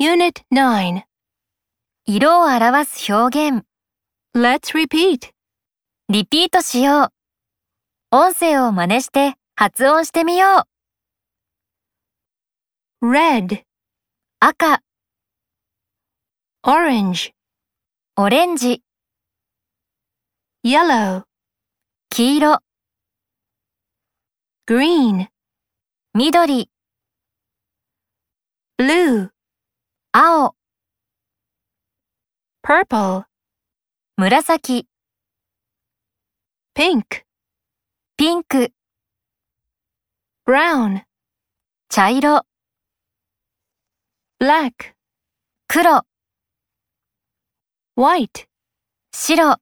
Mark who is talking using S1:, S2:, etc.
S1: Unit 9.
S2: 色を表す表現、
S1: Let's repeat.
S2: リピートしよう。音声を真似して発音してみよう。
S1: Red,
S2: 赤、
S1: orange,
S2: オレンジ、
S1: yellow,
S2: 黄色、
S1: green,
S2: 緑、
S1: blue,
S2: 青、
S1: purple,
S2: 紫、
S1: pink,
S2: ピンク、
S1: brown,
S2: 茶色、
S1: black,
S2: 黒、
S1: white.
S2: 白。